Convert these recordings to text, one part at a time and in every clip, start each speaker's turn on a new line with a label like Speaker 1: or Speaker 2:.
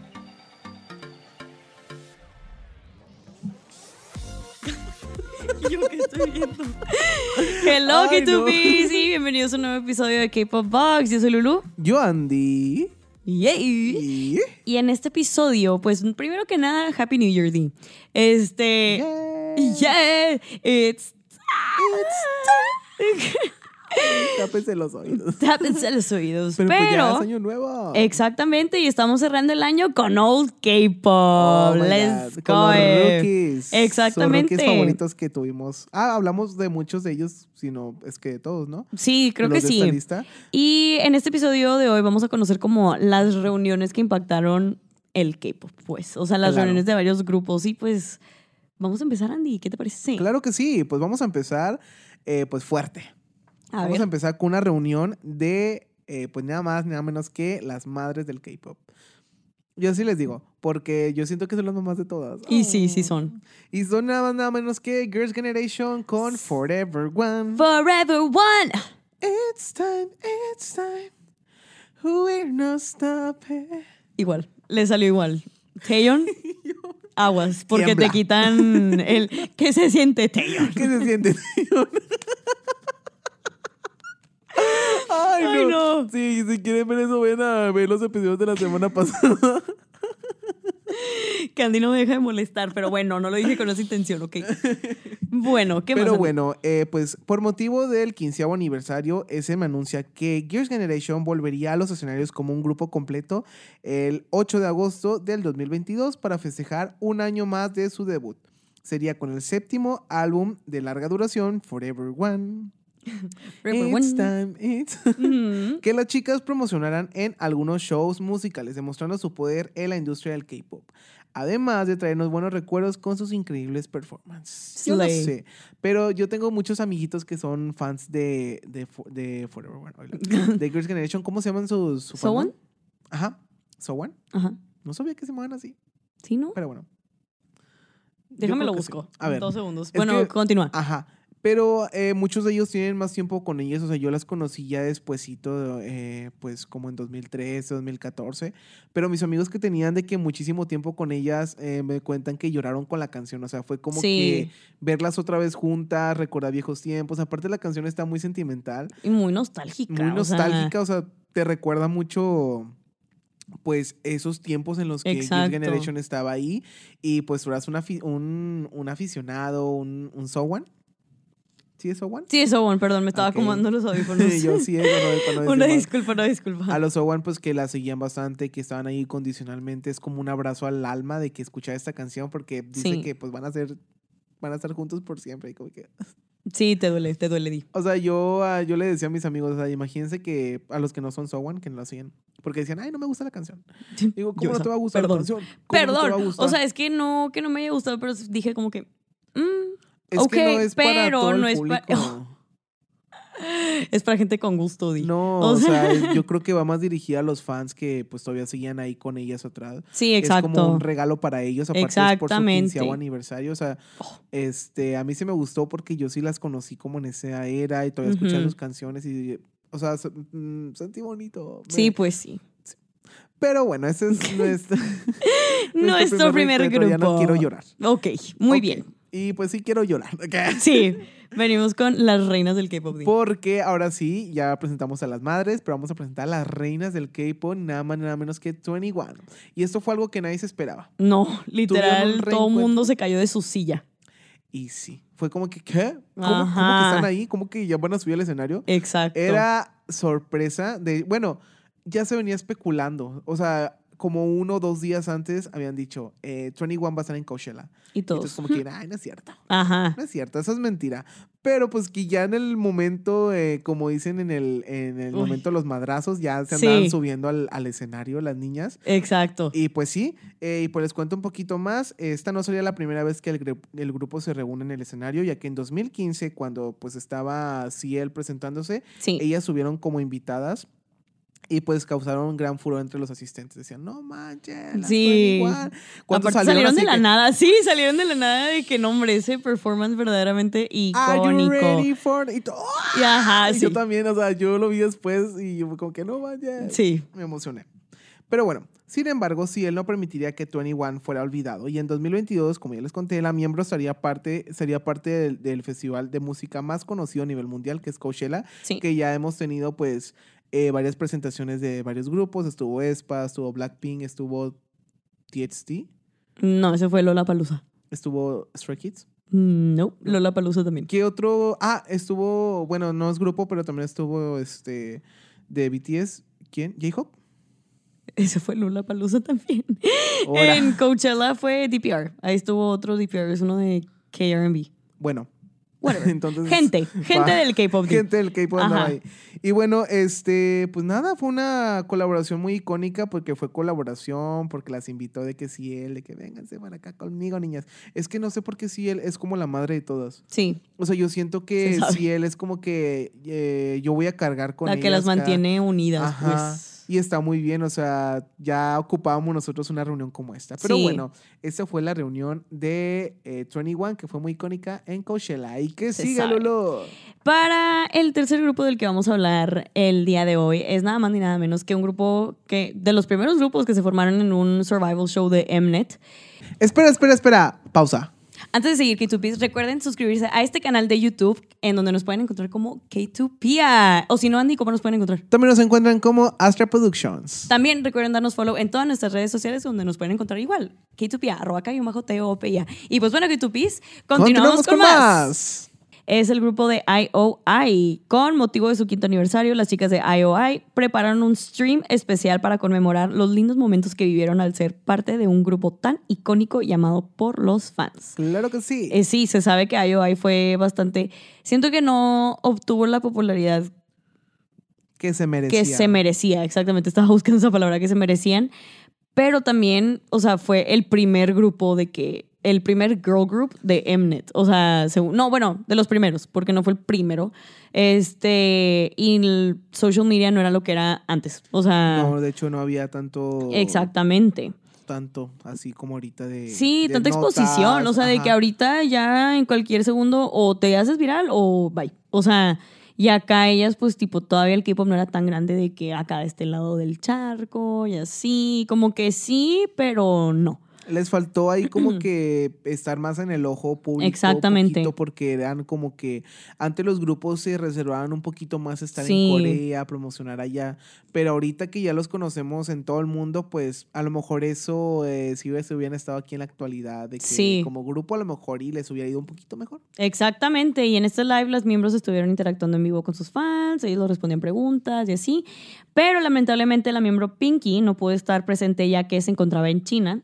Speaker 1: yo que estoy viendo.
Speaker 2: Hello,
Speaker 3: Ay,
Speaker 2: que tú
Speaker 3: no.
Speaker 2: busy. Bienvenidos a un nuevo episodio de K-Pop Box. Yo soy Lulu.
Speaker 3: Yo, Andy.
Speaker 2: Yay.
Speaker 3: Y...
Speaker 2: Y en este episodio, pues primero que nada, Happy New Year D. Este.
Speaker 3: Yeah.
Speaker 2: Yeah, it's
Speaker 3: Tápense los oídos.
Speaker 2: tapense los oídos.
Speaker 3: Pero,
Speaker 2: Pero,
Speaker 3: pues ya es año nuevo.
Speaker 2: exactamente, y estamos cerrando el año con Old K-Pop.
Speaker 3: Oh my
Speaker 2: Let's go.
Speaker 3: God, con los
Speaker 2: eh.
Speaker 3: rookies. Sus
Speaker 2: Exactamente.
Speaker 3: rookies favoritos que tuvimos. Ah, hablamos de muchos de ellos, sino es que de todos, ¿no?
Speaker 2: Sí, creo
Speaker 3: Los
Speaker 2: que
Speaker 3: de esta
Speaker 2: sí.
Speaker 3: lista.
Speaker 2: Y en este episodio de hoy vamos a conocer como las reuniones que impactaron el K-pop, pues. O sea, las
Speaker 3: Claro.
Speaker 2: reuniones de varios grupos. Y pues, vamos a empezar, Andy. ¿Qué te parece?
Speaker 3: Claro que sí. Pues vamos a empezar, eh, pues fuerte.
Speaker 2: A
Speaker 3: Vamos
Speaker 2: ver.
Speaker 3: a empezar con una reunión de, eh, pues nada más, nada menos que las madres del K-pop. Yo sí les digo, porque yo siento que son las mamás de todas.
Speaker 2: Y sí,
Speaker 3: Oh.
Speaker 2: sí son.
Speaker 3: Y son nada más, nada menos que Girls' Generation con Forever One.
Speaker 2: Forever One.
Speaker 3: It's time, it's time. We're no stopping.
Speaker 2: Igual, le salió igual. Taeyeon, aguas, porque
Speaker 3: Tiembla.
Speaker 2: te quitan el... ¿Qué se siente Taeyeon?
Speaker 3: ¿Qué se siente, tío? Ay,
Speaker 2: Ay,
Speaker 3: no.
Speaker 2: no.
Speaker 3: Sí, si quieren ver eso, ven a ver los episodios de la semana pasada.
Speaker 2: Que Andy no me deja de molestar, pero bueno, no lo dije con esa intención, ok. Bueno, ¿qué más?
Speaker 3: Pero
Speaker 2: Andy?
Speaker 3: bueno, eh, pues por motivo del quinceavo aniversario, SM anuncia que Gears Generation volvería a los escenarios como un grupo completo el 8 de agosto del 2022 para festejar un año más de su debut. Sería con el séptimo álbum de larga duración, Forever One.
Speaker 2: Forever One.
Speaker 3: It's time, it's-
Speaker 2: Ujú.
Speaker 3: que las chicas promocionarán en algunos shows musicales, demostrando su poder en la industria del K-pop. Además de traernos buenos recuerdos con sus increíbles performances. Yo no
Speaker 2: Slay.
Speaker 3: sé, pero yo tengo muchos amiguitos que son fans de, de, Fo- de Forever One, oílo, de Girls' Generation. ¿Cómo se llaman sus su
Speaker 2: ¿Sowan?
Speaker 3: fandom? Ajá, Sowan.
Speaker 2: Ajá.
Speaker 3: No sabía que se llamaban así,
Speaker 2: ¿Sí, no?
Speaker 3: pero bueno. Yo
Speaker 2: Déjame lo
Speaker 3: creo que sí.
Speaker 2: busco.
Speaker 3: A ver,
Speaker 2: Dos segundos.
Speaker 3: Es
Speaker 2: Bueno,
Speaker 3: que-
Speaker 2: continúa.
Speaker 3: Ajá. Pero eh, muchos de ellos tienen más tiempo con ellas. O sea, yo las conocí ya despuesito, eh, pues como en 2013, 2014. Pero mis amigos que tenían de que muchísimo tiempo con ellas eh, me cuentan que lloraron con la canción. O sea, fue como
Speaker 2: Sí.
Speaker 3: que verlas otra vez juntas, recordar viejos tiempos. Aparte la canción está muy sentimental,
Speaker 2: Y muy nostálgica.
Speaker 3: muy
Speaker 2: o sea,
Speaker 3: nostálgica. O sea, te recuerda mucho... Pues esos tiempos en los que Girls'
Speaker 2: Exacto.
Speaker 3: Generation estaba ahí y pues tú eras un, afi- un, un aficionado, un, un Sowan. ¿Sí es Sowan?
Speaker 2: Sí, eso, bueno, perdón, me estaba
Speaker 3: Ok.
Speaker 2: acomodando los audífonos.
Speaker 3: yo sí, eh, es bueno,
Speaker 2: una
Speaker 3: decir más.
Speaker 2: disculpa, una disculpa.
Speaker 3: A los Owen, pues que la seguían bastante, que estaban ahí condicionalmente. Es como un abrazo al alma de que escuchar esta canción porque dice
Speaker 2: Sí.
Speaker 3: que pues van a ser van a estar juntos por siempre. y como que-
Speaker 2: Sí, te duele, te duele, Di.
Speaker 3: O sea, yo, ah, yo le decía a mis amigos, o sea, imagínense que a los que no son Sowan, que no la siguen, porque decían, ay, no me gusta la canción. Digo, ¿cómo
Speaker 2: Yo
Speaker 3: no
Speaker 2: esa-
Speaker 3: te va a gustar
Speaker 2: perdón,
Speaker 3: la canción? ¿Cómo no te va a
Speaker 2: Perdón, o
Speaker 3: gustar?"
Speaker 2: sea, es que no, que no me haya gustado, pero dije como que... mm,
Speaker 3: es
Speaker 2: ok,
Speaker 3: que no es para
Speaker 2: pero
Speaker 3: todo el
Speaker 2: no es pa-
Speaker 3: público.
Speaker 2: es para gente con gusto, Di.
Speaker 3: No,
Speaker 2: O
Speaker 3: o sea, yo creo que va más dirigida a los fans que pues todavía seguían ahí con ellas atrás.
Speaker 2: sí,
Speaker 3: Es como
Speaker 2: exacto.
Speaker 3: un regalo para ellos, aparte es por su
Speaker 2: Exactamente. Oh.
Speaker 3: quinceavo aniversario. O sea, este, a mí se me gustó porque yo sí las conocí como en esa era y todavía escuchaba
Speaker 2: Ujú.
Speaker 3: sus canciones y, o sea, se- mm, sentí bonito. Me-
Speaker 2: Sí, pues sí.
Speaker 3: Pero bueno, ese es nuestro, Este
Speaker 2: Nuestro primer
Speaker 3: encuentro, Ya no
Speaker 2: grupo.
Speaker 3: quiero llorar.
Speaker 2: Ok, muy
Speaker 3: Ok,
Speaker 2: bien.
Speaker 3: Y pues sí quiero llorar. ok.
Speaker 2: Sí, venimos con las reinas del K-pop, Di.
Speaker 3: Porque ahora sí, ya presentamos a las madres, pero vamos a presentar a las reinas del K-pop, nada más nada menos que 21. Y esto fue algo que nadie se esperaba.
Speaker 2: No, literal, todo el
Speaker 3: reencuentro.
Speaker 2: mundo se cayó de su silla.
Speaker 3: Y sí, fue como que, ¿qué? ¿Cómo, cómo que
Speaker 2: Ajá.
Speaker 3: están ahí? ¿Cómo que ya van a subir al escenario?
Speaker 2: Exacto.
Speaker 3: Era sorpresa de, bueno, ya se venía especulando, o sea, como uno o dos días antes habían dicho, eh, 21 va a estar en Coachella.
Speaker 2: y
Speaker 3: Y entonces
Speaker 2: todos.
Speaker 3: como que, ay, no es cierto,
Speaker 2: Ajá.
Speaker 3: no es cierto, eso es mentira. Pero pues que ya en el momento, eh, como dicen en el, en el
Speaker 2: Uy.
Speaker 3: momento de los madrazos, ya se
Speaker 2: Sí.
Speaker 3: andaban subiendo al, al escenario las niñas.
Speaker 2: Exacto.
Speaker 3: Y pues sí, eh, y pues les cuento un poquito más. Esta no sería la primera vez que el, gru- el grupo se reúne en el escenario, ya que en 2015, cuando pues estaba Ciel presentándose,
Speaker 2: Sí.
Speaker 3: ellas subieron como invitadas y pues causaron gran furor entre los asistentes. Decían, no manches, las
Speaker 2: Sí.
Speaker 3: 21". Cuando
Speaker 2: Aparte salieron, de
Speaker 3: así
Speaker 2: la
Speaker 3: que,
Speaker 2: nada, sí, salieron de la nada de que nombre ese performance verdaderamente
Speaker 3: "Are you
Speaker 2: icónico.
Speaker 3: ready for it?" ¡Oh!
Speaker 2: Y ajá,
Speaker 3: Y
Speaker 2: Ah, sí.
Speaker 3: yo también, o sea, yo lo vi después y yo fue como que no manches.
Speaker 2: Sí.
Speaker 3: Me emocioné. Pero bueno, sin embargo, Ciel no permitiría que 21 fuera olvidado y en 2022, como ya les conté, la miembro sería parte, sería parte del, del festival de música más conocido a nivel mundial, que es Coachella,
Speaker 2: Sí.
Speaker 3: que ya hemos tenido pues eh, varias presentaciones de varios grupos, estuvo Espa, estuvo Blackpink, estuvo TXT,
Speaker 2: No, ese fue Lola Palusa. Mm,
Speaker 3: estuvo Stray Kids.
Speaker 2: No, Lola Palusa también.
Speaker 3: ¿Qué otro? Ah, estuvo, bueno, no es grupo, pero también estuvo este de BTS. ¿Quién? ¿J-Hope?
Speaker 2: Ese fue Lola Palusa también.
Speaker 3: Ahora.
Speaker 2: En Coachella fue DPR. Ahí estuvo otro DPR, es uno de KRB.
Speaker 3: Bueno.
Speaker 2: Whatever.
Speaker 3: Entonces,
Speaker 2: Gente, gente
Speaker 3: va.
Speaker 2: del K-pop. dude.
Speaker 3: Gente del K-pop andaba
Speaker 2: Ajá.
Speaker 3: ahí. Y bueno, este, pues nada, fue una colaboración muy icónica porque fue colaboración, porque las invitó de que si él, de que vénganse para acá conmigo, niñas. Es que no sé por qué si él es como la madre de todas.
Speaker 2: Sí,
Speaker 3: O sea, yo siento que
Speaker 2: Se sabe.
Speaker 3: si él es como que eh, yo voy a cargar con
Speaker 2: la que las
Speaker 3: ellas cada-
Speaker 2: mantiene unidas.
Speaker 3: Ajá.
Speaker 2: pues.
Speaker 3: Y está muy bien, o sea, ya ocupábamos nosotros una reunión como esta. Pero
Speaker 2: Sí.
Speaker 3: bueno, esa fue la reunión de eh, 21, que fue muy icónica en Coachella. Y que
Speaker 2: Se
Speaker 3: siga,
Speaker 2: sabe.
Speaker 3: Lolo.
Speaker 2: Para el tercer grupo del que vamos a hablar el día de hoy es nada más ni nada menos que un grupo que de los primeros grupos que se formaron en un survival show de Mnet.
Speaker 3: Espera, espera, espera. Pausa.
Speaker 2: Antes de seguir K2P, recuerden suscribirse a este canal de YouTube en donde nos pueden encontrar como K2Pia. O si no, Andy, ¿cómo nos pueden encontrar?
Speaker 3: También nos encuentran como Astra Productions.
Speaker 2: También recuerden darnos follow en todas nuestras redes sociales donde nos pueden encontrar igual. K2Pia, arroba k Y pues bueno, K2Ps, continuamos, con, más. Es el grupo de IOI. Con motivo de su quinto aniversario, las chicas de IOI prepararon un stream especial para conmemorar los lindos momentos que vivieron al ser parte de un grupo tan icónico llamado por los fans.
Speaker 3: Claro que sí.
Speaker 2: Eh, sí, se sabe que IOI fue bastante... Siento que no obtuvo la popularidad
Speaker 3: que se merecía.
Speaker 2: que se merecía, exactamente, estaba buscando esa palabra que se merecían, pero también, o sea, fue el primer grupo de que, el primer girl group de Mnet, o sea, según- no, bueno, de los primeros, porque no fue el primero, este, y el social media no era lo que era antes, o sea,
Speaker 3: No, de hecho no había tanto.
Speaker 2: exactamente.
Speaker 3: Tanto así como ahorita de.
Speaker 2: Sí,
Speaker 3: de
Speaker 2: tanta
Speaker 3: notas,
Speaker 2: exposición, o sea, de
Speaker 3: ajá.
Speaker 2: que ahorita ya en cualquier segundo o te haces viral o bye. O sea, y acá ellas pues tipo todavía el K-pop no era tan grande de que acá de este lado del charco y así, como que sí, pero no.
Speaker 3: Les faltó ahí como que estar más en el ojo público.
Speaker 2: Exactamente.
Speaker 3: poquito, porque eran como que antes los grupos se reservaban un poquito más estar
Speaker 2: Sí.
Speaker 3: en Corea, promocionar allá. Pero ahorita que ya los conocemos en todo el mundo, pues a lo mejor eso eh, si hubiese- hubieran estado aquí en la actualidad, de que
Speaker 2: Sí.
Speaker 3: como grupo a lo mejor y les hubiera ido un poquito mejor.
Speaker 2: Exactamente, y en este live las miembros estuvieron interactuando en vivo con sus fans, ellos les respondían preguntas y así, pero lamentablemente la miembro Pinky no pudo estar presente ya que se encontraba en China.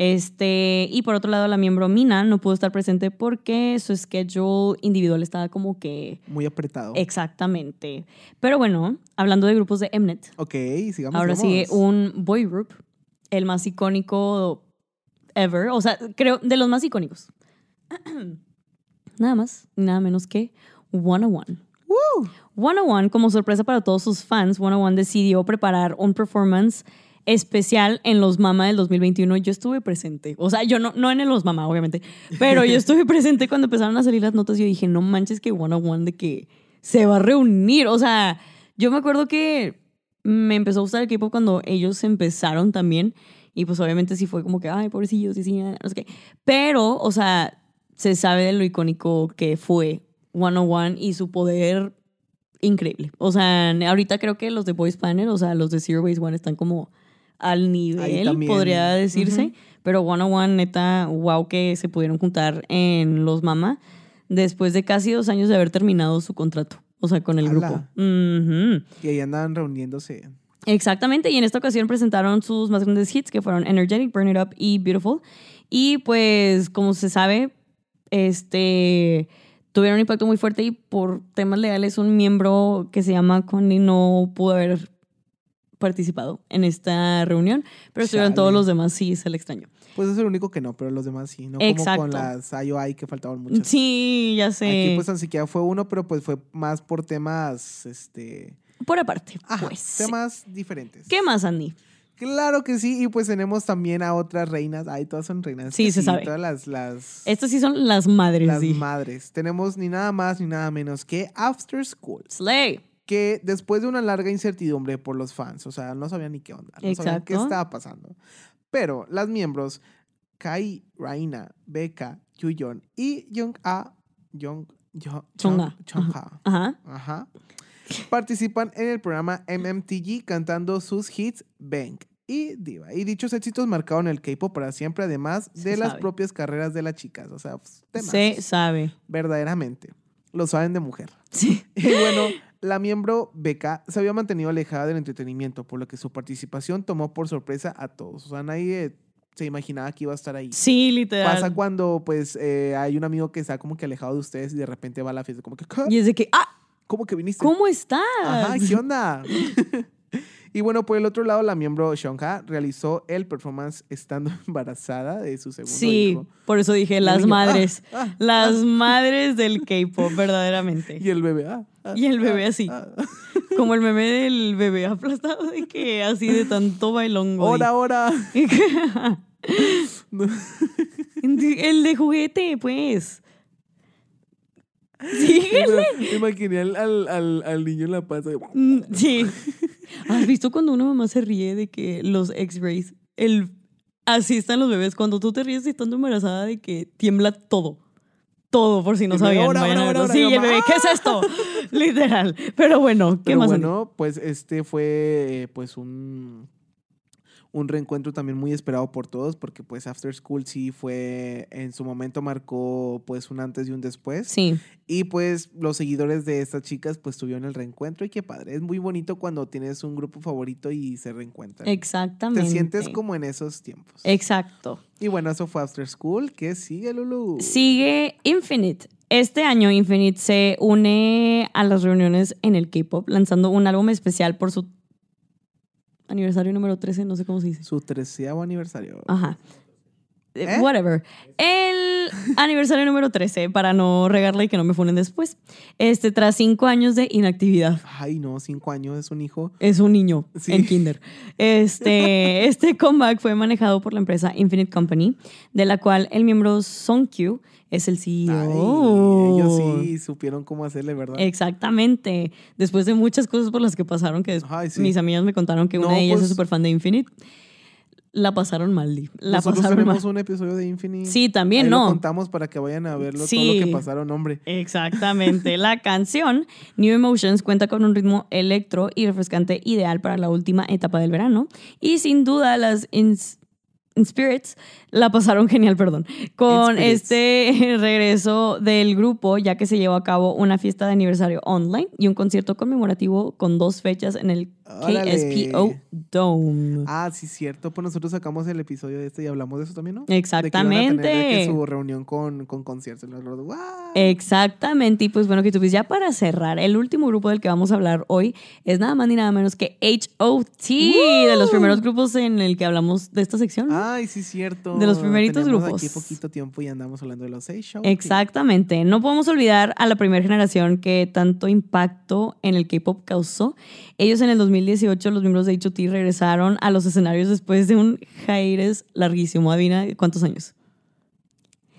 Speaker 2: Este, y por otro lado la miembro Mina no pudo estar presente porque su schedule individual estaba como que
Speaker 3: Muy apretado.
Speaker 2: exactamente. Pero bueno, hablando de grupos de Mnet,
Speaker 3: ok, sigamos.
Speaker 2: ahora
Speaker 3: sigamos.
Speaker 2: sigue un boy group, el más icónico ever, o sea, creo de los más icónicos. nada más, ni nada menos que 101.
Speaker 3: ¡Woo!
Speaker 2: 101, como sorpresa para todos sus fans, 101 decidió preparar un performance especial en los Mama del 2021. Yo estuve presente, o sea, yo no, no en el los Mama, obviamente, pero yo estuve presente cuando empezaron a salir las notas. Yo dije, no manches que 101 de que se va a reunir. O sea, yo me acuerdo que me empezó a gustar el K-pop cuando ellos empezaron también. Y pues obviamente sí fue como que, ay, pobrecillos, y sí, no sé qué. Pero, o sea, se sabe de lo icónico que fue 101 y su poder increíble. O sea, ahorita creo que los de Voice Planner, o sea, los de Zero Base One están como al
Speaker 3: Ahí
Speaker 2: nivel,
Speaker 3: también.
Speaker 2: podría decirse.
Speaker 3: Ujú.
Speaker 2: Pero 101, neta, wow, que se pudieron juntar en Los Mama después de casi dos años de haber terminado su contrato. O sea, con el
Speaker 3: Ala.
Speaker 2: grupo. Ujú.
Speaker 3: Y ahí andaban reuniéndose.
Speaker 2: Exactamente, y en esta ocasión presentaron sus más grandes hits que fueron Energetic, Burn It Up y Beautiful. Y pues, como se sabe, este tuvieron un impacto muy fuerte y por temas legales un miembro que se llama Connie no pudo haber participado en esta reunión, pero estuvieron
Speaker 3: Chale.
Speaker 2: todos los demás, sí, se le extrañó.
Speaker 3: Pues es el único que no, pero los demás sí. No como
Speaker 2: Exacto.
Speaker 3: con las IOI que faltaban muchas.
Speaker 2: Sí, ya sé.
Speaker 3: Aquí pues tan siquiera fue uno, pero pues fue más por temas, este...
Speaker 2: por aparte,
Speaker 3: Ajá,
Speaker 2: pues. sí.
Speaker 3: temas diferentes.
Speaker 2: ¿Qué más, Andy?
Speaker 3: Claro que sí, y pues tenemos también a otras reinas. Ay, todas son reinas.
Speaker 2: Sí,
Speaker 3: que
Speaker 2: se sabe.
Speaker 3: Todas las, las,
Speaker 2: Estas sí son las madres.
Speaker 3: las
Speaker 2: sí.
Speaker 3: madres. Tenemos ni nada más ni nada menos que After School.
Speaker 2: Slay.
Speaker 3: que después de una larga incertidumbre por los fans, o sea, no sabían ni qué onda, no sabían qué
Speaker 2: Exacto.
Speaker 3: estaba pasando. Pero las miembros Kai, Raina, Becca, Yuyeon y Jung-a, Jung, Jung,
Speaker 2: Chung-a.
Speaker 3: Chung-a,
Speaker 2: Ajá.
Speaker 3: ajá, participan en el programa MMTG cantando sus hits Bang y Diva. Y dichos éxitos marcaron el K-pop para siempre, además
Speaker 2: Se
Speaker 3: de las
Speaker 2: sabe.
Speaker 3: propias carreras de las chicas, o sea, pues, temas,
Speaker 2: Se sabe.
Speaker 3: verdaderamente. Lo saben de mujer.
Speaker 2: Sí.
Speaker 3: Y bueno, la miembro Beca se había mantenido alejada del entretenimiento, por lo que su participación tomó por sorpresa a todos. O sea, nadie eh, se imaginaba que iba a estar ahí.
Speaker 2: Sí, literal.
Speaker 3: Pasa cuando, pues, eh, hay un amigo que está como que alejado de ustedes y de repente va a la fiesta, como que, "¿Qué?
Speaker 2: Y es de que, ah,
Speaker 3: ¿cómo que viniste?
Speaker 2: ¿cómo estás?
Speaker 3: Ajá, ¿qué onda? y bueno, por el otro lado, la miembro Shonha realizó el performance estando embarazada de su segundo
Speaker 2: sí,
Speaker 3: hijo.
Speaker 2: por eso dije
Speaker 3: el
Speaker 2: las
Speaker 3: niño, ah,
Speaker 2: madres.
Speaker 3: ah,
Speaker 2: Las madres del K-pop, verdaderamente.
Speaker 3: Y el bebé, ah, ah,
Speaker 2: Y el bebé
Speaker 3: ah,
Speaker 2: así.
Speaker 3: ah.
Speaker 2: Como el meme del bebé aplastado de que así de tanto bailongo.
Speaker 3: Hora, hora. No.
Speaker 2: El de juguete, pues. Síguele.
Speaker 3: Me imaginé al, al, al, al niño en la panza.
Speaker 2: Mm, Sí. ¿Has visto cuando una mamá se ríe de que los X-rays, el así están los bebés cuando tú te ríes estando embarazada de que tiembla todo. Todo, por si no
Speaker 3: El bebé,
Speaker 2: sabían.
Speaker 3: "Ahora,
Speaker 2: vayan a verlo".
Speaker 3: ahora, ahora,
Speaker 2: sí,
Speaker 3: ahora,
Speaker 2: y el bebé, ¿qué es esto? Literal. Pero bueno, ¿qué
Speaker 3: "Ah". Pero
Speaker 2: más? Andy?
Speaker 3: bueno, pues este fue eh, pues un, un reencuentro también muy esperado por todos porque pues After School sí fue, en su momento marcó pues un antes y un después.
Speaker 2: Sí,
Speaker 3: Y pues los seguidores de estas chicas pues tuvieron el reencuentro y qué padre. Es muy bonito cuando tienes un grupo favorito y se reencuentran.
Speaker 2: exactamente.
Speaker 3: Te sientes como en esos tiempos.
Speaker 2: Exacto.
Speaker 3: y bueno, eso fue After School. ¿Qué sigue, Lulu?
Speaker 2: Sigue Infinite. Este año Infinite se une a las reuniones en el K-pop lanzando un álbum especial por su aniversario número 13, no sé cómo se dice.
Speaker 3: Su treceavo aniversario.
Speaker 2: Ajá. Eh,
Speaker 3: ¿Eh?
Speaker 2: Whatever. El aniversario número 13, para no regarla y que no me funen después. Este, tras cinco años de inactividad.
Speaker 3: Ay, no, cinco años es un hijo.
Speaker 2: Es un niño
Speaker 3: Sí.
Speaker 2: en kinder. Este, este comeback fue manejado por la empresa Infinite Company, de la cual el miembro Songkyu es el E CEO.
Speaker 3: Ay, ellos sí supieron cómo hacerle, ¿verdad?
Speaker 2: Exactamente. Después de muchas cosas por las que pasaron, que des-
Speaker 3: Ay, sí.
Speaker 2: mis amigas me contaron que
Speaker 3: No,
Speaker 2: una de ellas
Speaker 3: pues-
Speaker 2: es súper fan de Infinite, la pasaron mal, Di. La
Speaker 3: Nosotros
Speaker 2: pasaron mal.
Speaker 3: tenemos un episodio de Infinity.
Speaker 2: Sí, también,
Speaker 3: Ahí
Speaker 2: no.
Speaker 3: Lo contamos para que vayan a verlo todo lo
Speaker 2: Sí.
Speaker 3: que pasaron, hombre.
Speaker 2: Exactamente. La canción New Emotions cuenta con un ritmo electro y refrescante ideal para la última etapa del verano. Y sin duda las ins- Inspirits la pasaron genial, perdón, con
Speaker 3: Inspirits.
Speaker 2: este regreso del grupo, ya que se llevó a cabo una fiesta de aniversario online y un concierto conmemorativo con dos fechas en el
Speaker 3: Órale.
Speaker 2: KSPO Dome.
Speaker 3: Ah, sí, cierto. Pues nosotros sacamos el episodio de este y hablamos de eso también, ¿no? De que, iban a tener de que
Speaker 2: Exactamente. Eh,
Speaker 3: su reunión con, con conciertos. Y nosotros, ¡guau!
Speaker 2: Exactamente, y pues bueno, que ya para cerrar, el último grupo del que vamos a hablar hoy es nada más ni nada menos que HOT, de los primeros grupos en el que hablamos de esta sección. ¿no?
Speaker 3: Ay, sí, cierto.
Speaker 2: De los primeritos
Speaker 3: Tenemos
Speaker 2: grupos.
Speaker 3: aquí poquito tiempo y andamos hablando de los seis shows.
Speaker 2: Exactamente, no podemos olvidar a la primera generación que tanto impacto en el K-pop causó. Ellos en el 2018, los miembros de HOT regresaron a los escenarios después de un hiatus larguísimo. Adivina, ¿cuántos años?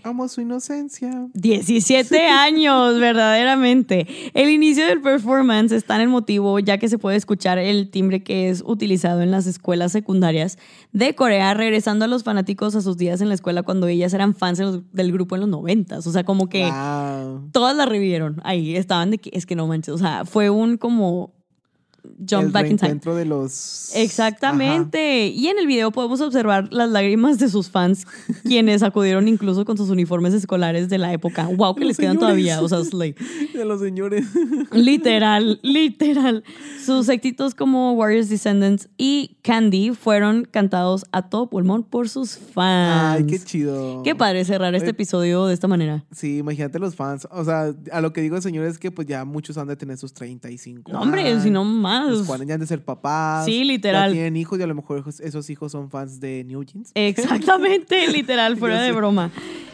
Speaker 3: Amo su inocencia.
Speaker 2: 17 años, verdaderamente. El inicio del performance está en el motivo, ya que se puede escuchar el timbre que es utilizado en las escuelas secundarias de Corea, regresando a los fanáticos a sus días en la escuela cuando ellas eran fans de los- del grupo en los 90s. O sea, como que
Speaker 3: Wow.
Speaker 2: todas la revivieron ahí, estaban de que es que no manches. O sea, fue un como jump
Speaker 3: el
Speaker 2: back in time.
Speaker 3: reencuentro de los.
Speaker 2: Exactamente. Y en el video podemos observar las lágrimas de sus fans, quienes acudieron incluso con sus uniformes escolares de la época. Wow, que
Speaker 3: Los
Speaker 2: les quedan
Speaker 3: señores.
Speaker 2: todavía. O sea, slay.
Speaker 3: Ajá, De los señores.
Speaker 2: Literal, literal. Sus éxitos como Warriors Descendants y Candy fueron cantados a todo pulmón por sus fans.
Speaker 3: Ay, qué chido.
Speaker 2: Qué padre cerrar este
Speaker 3: Oye.
Speaker 2: episodio de esta manera.
Speaker 3: Sí, imagínate los fans. O sea, a lo que digo, señores, es que pues ya muchos han de tener sus 35.
Speaker 2: No, hombre,
Speaker 3: años.
Speaker 2: si no más.
Speaker 3: pues cuando ya han de ser papás.
Speaker 2: Sí,
Speaker 3: Ya
Speaker 2: literal.
Speaker 3: tienen hijos y a lo mejor hijos- esos hijos son fans de New Jeans.
Speaker 2: Exactamente, literal,
Speaker 3: Yo
Speaker 2: fuera de
Speaker 3: sé.
Speaker 2: broma.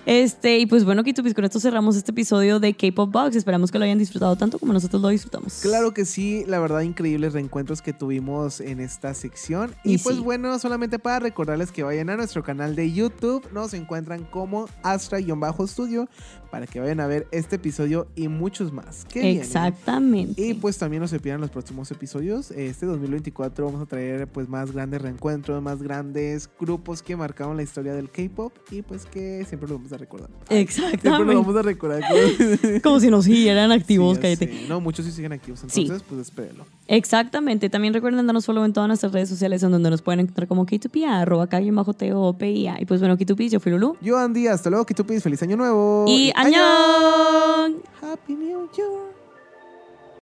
Speaker 2: Este, y pues bueno, Kitupis, con esto cerramos este episodio de K-Pop Box. Esperamos que lo hayan disfrutado tanto como nosotros lo disfrutamos.
Speaker 3: Claro que sí, la verdad, increíbles reencuentros que tuvimos en esta sección. Y,
Speaker 2: Y
Speaker 3: pues
Speaker 2: sí.
Speaker 3: bueno, solamente para recordarles que vayan a nuestro canal de YouTube, nos encuentran como Astra-Studio para que vayan a ver este episodio y muchos más. que vienen.
Speaker 2: Exactamente.
Speaker 3: Y pues también no se pierdan los próximos episodios. Este 2024 vamos a traer pues más grandes reencuentros, más grandes grupos que marcaron la historia del K-pop y pues que siempre lo vamos a recordar. Ay, Siempre lo
Speaker 2: Exactamente.
Speaker 3: vamos a recordar.
Speaker 2: Como si nos siguieran activos,
Speaker 3: Sí, ya
Speaker 2: cállate.
Speaker 3: sé. No, muchos sí siguen activos,
Speaker 2: Sí.
Speaker 3: entonces pues espérenlo.
Speaker 2: Exactamente. También recuerden darnos follow en todas nuestras redes sociales en donde nos pueden encontrar como Kitupia, arroba calle bajo T O P I A. Y pues bueno, Kitupis, yo fui Lulu.
Speaker 3: Oh, Yo Andy, hasta luego, que tú pides feliz año nuevo.
Speaker 2: Y añón.
Speaker 3: Happy New Year.